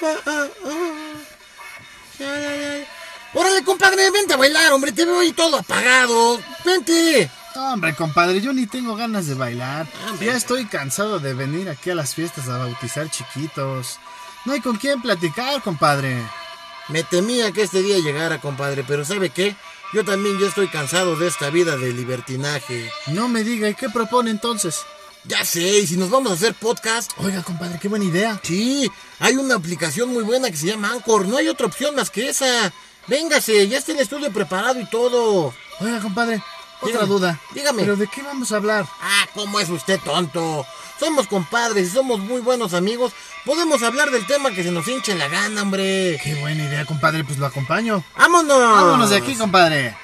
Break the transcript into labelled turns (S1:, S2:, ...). S1: ah, Órale, compadre, vente a bailar, hombre, te veo ahí todo apagado. Vente.
S2: No, hombre, compadre, yo ni tengo ganas de bailar. Ya estoy cansado de venir aquí a las fiestas a bautizar chiquitos. No hay con quién platicar, compadre.
S1: Me temía que este día llegara, compadre, pero ¿sabe qué? Yo también ya estoy cansado de esta vida de libertinaje.
S2: No me diga, ¿y qué propone entonces?
S1: Ya sé, y si nos vamos a hacer podcast.
S2: Oiga, compadre, qué buena idea.
S1: Sí, hay una aplicación muy buena que se llama Anchor. No hay otra opción más que esa. Véngase, ya está el estudio preparado y todo.
S2: Oiga, compadre, otra
S1: Dígame,
S2: duda.
S1: dígame.
S2: ¿Pero de qué vamos a hablar?
S1: Ah, ¿cómo es usted tonto? Somos compadres y somos muy buenos amigos. Podemos hablar del tema que se nos hinche la gana, hombre.
S2: Qué buena idea, compadre, pues lo acompaño.
S1: ¡Vámonos!
S2: Vámonos de aquí, compadre.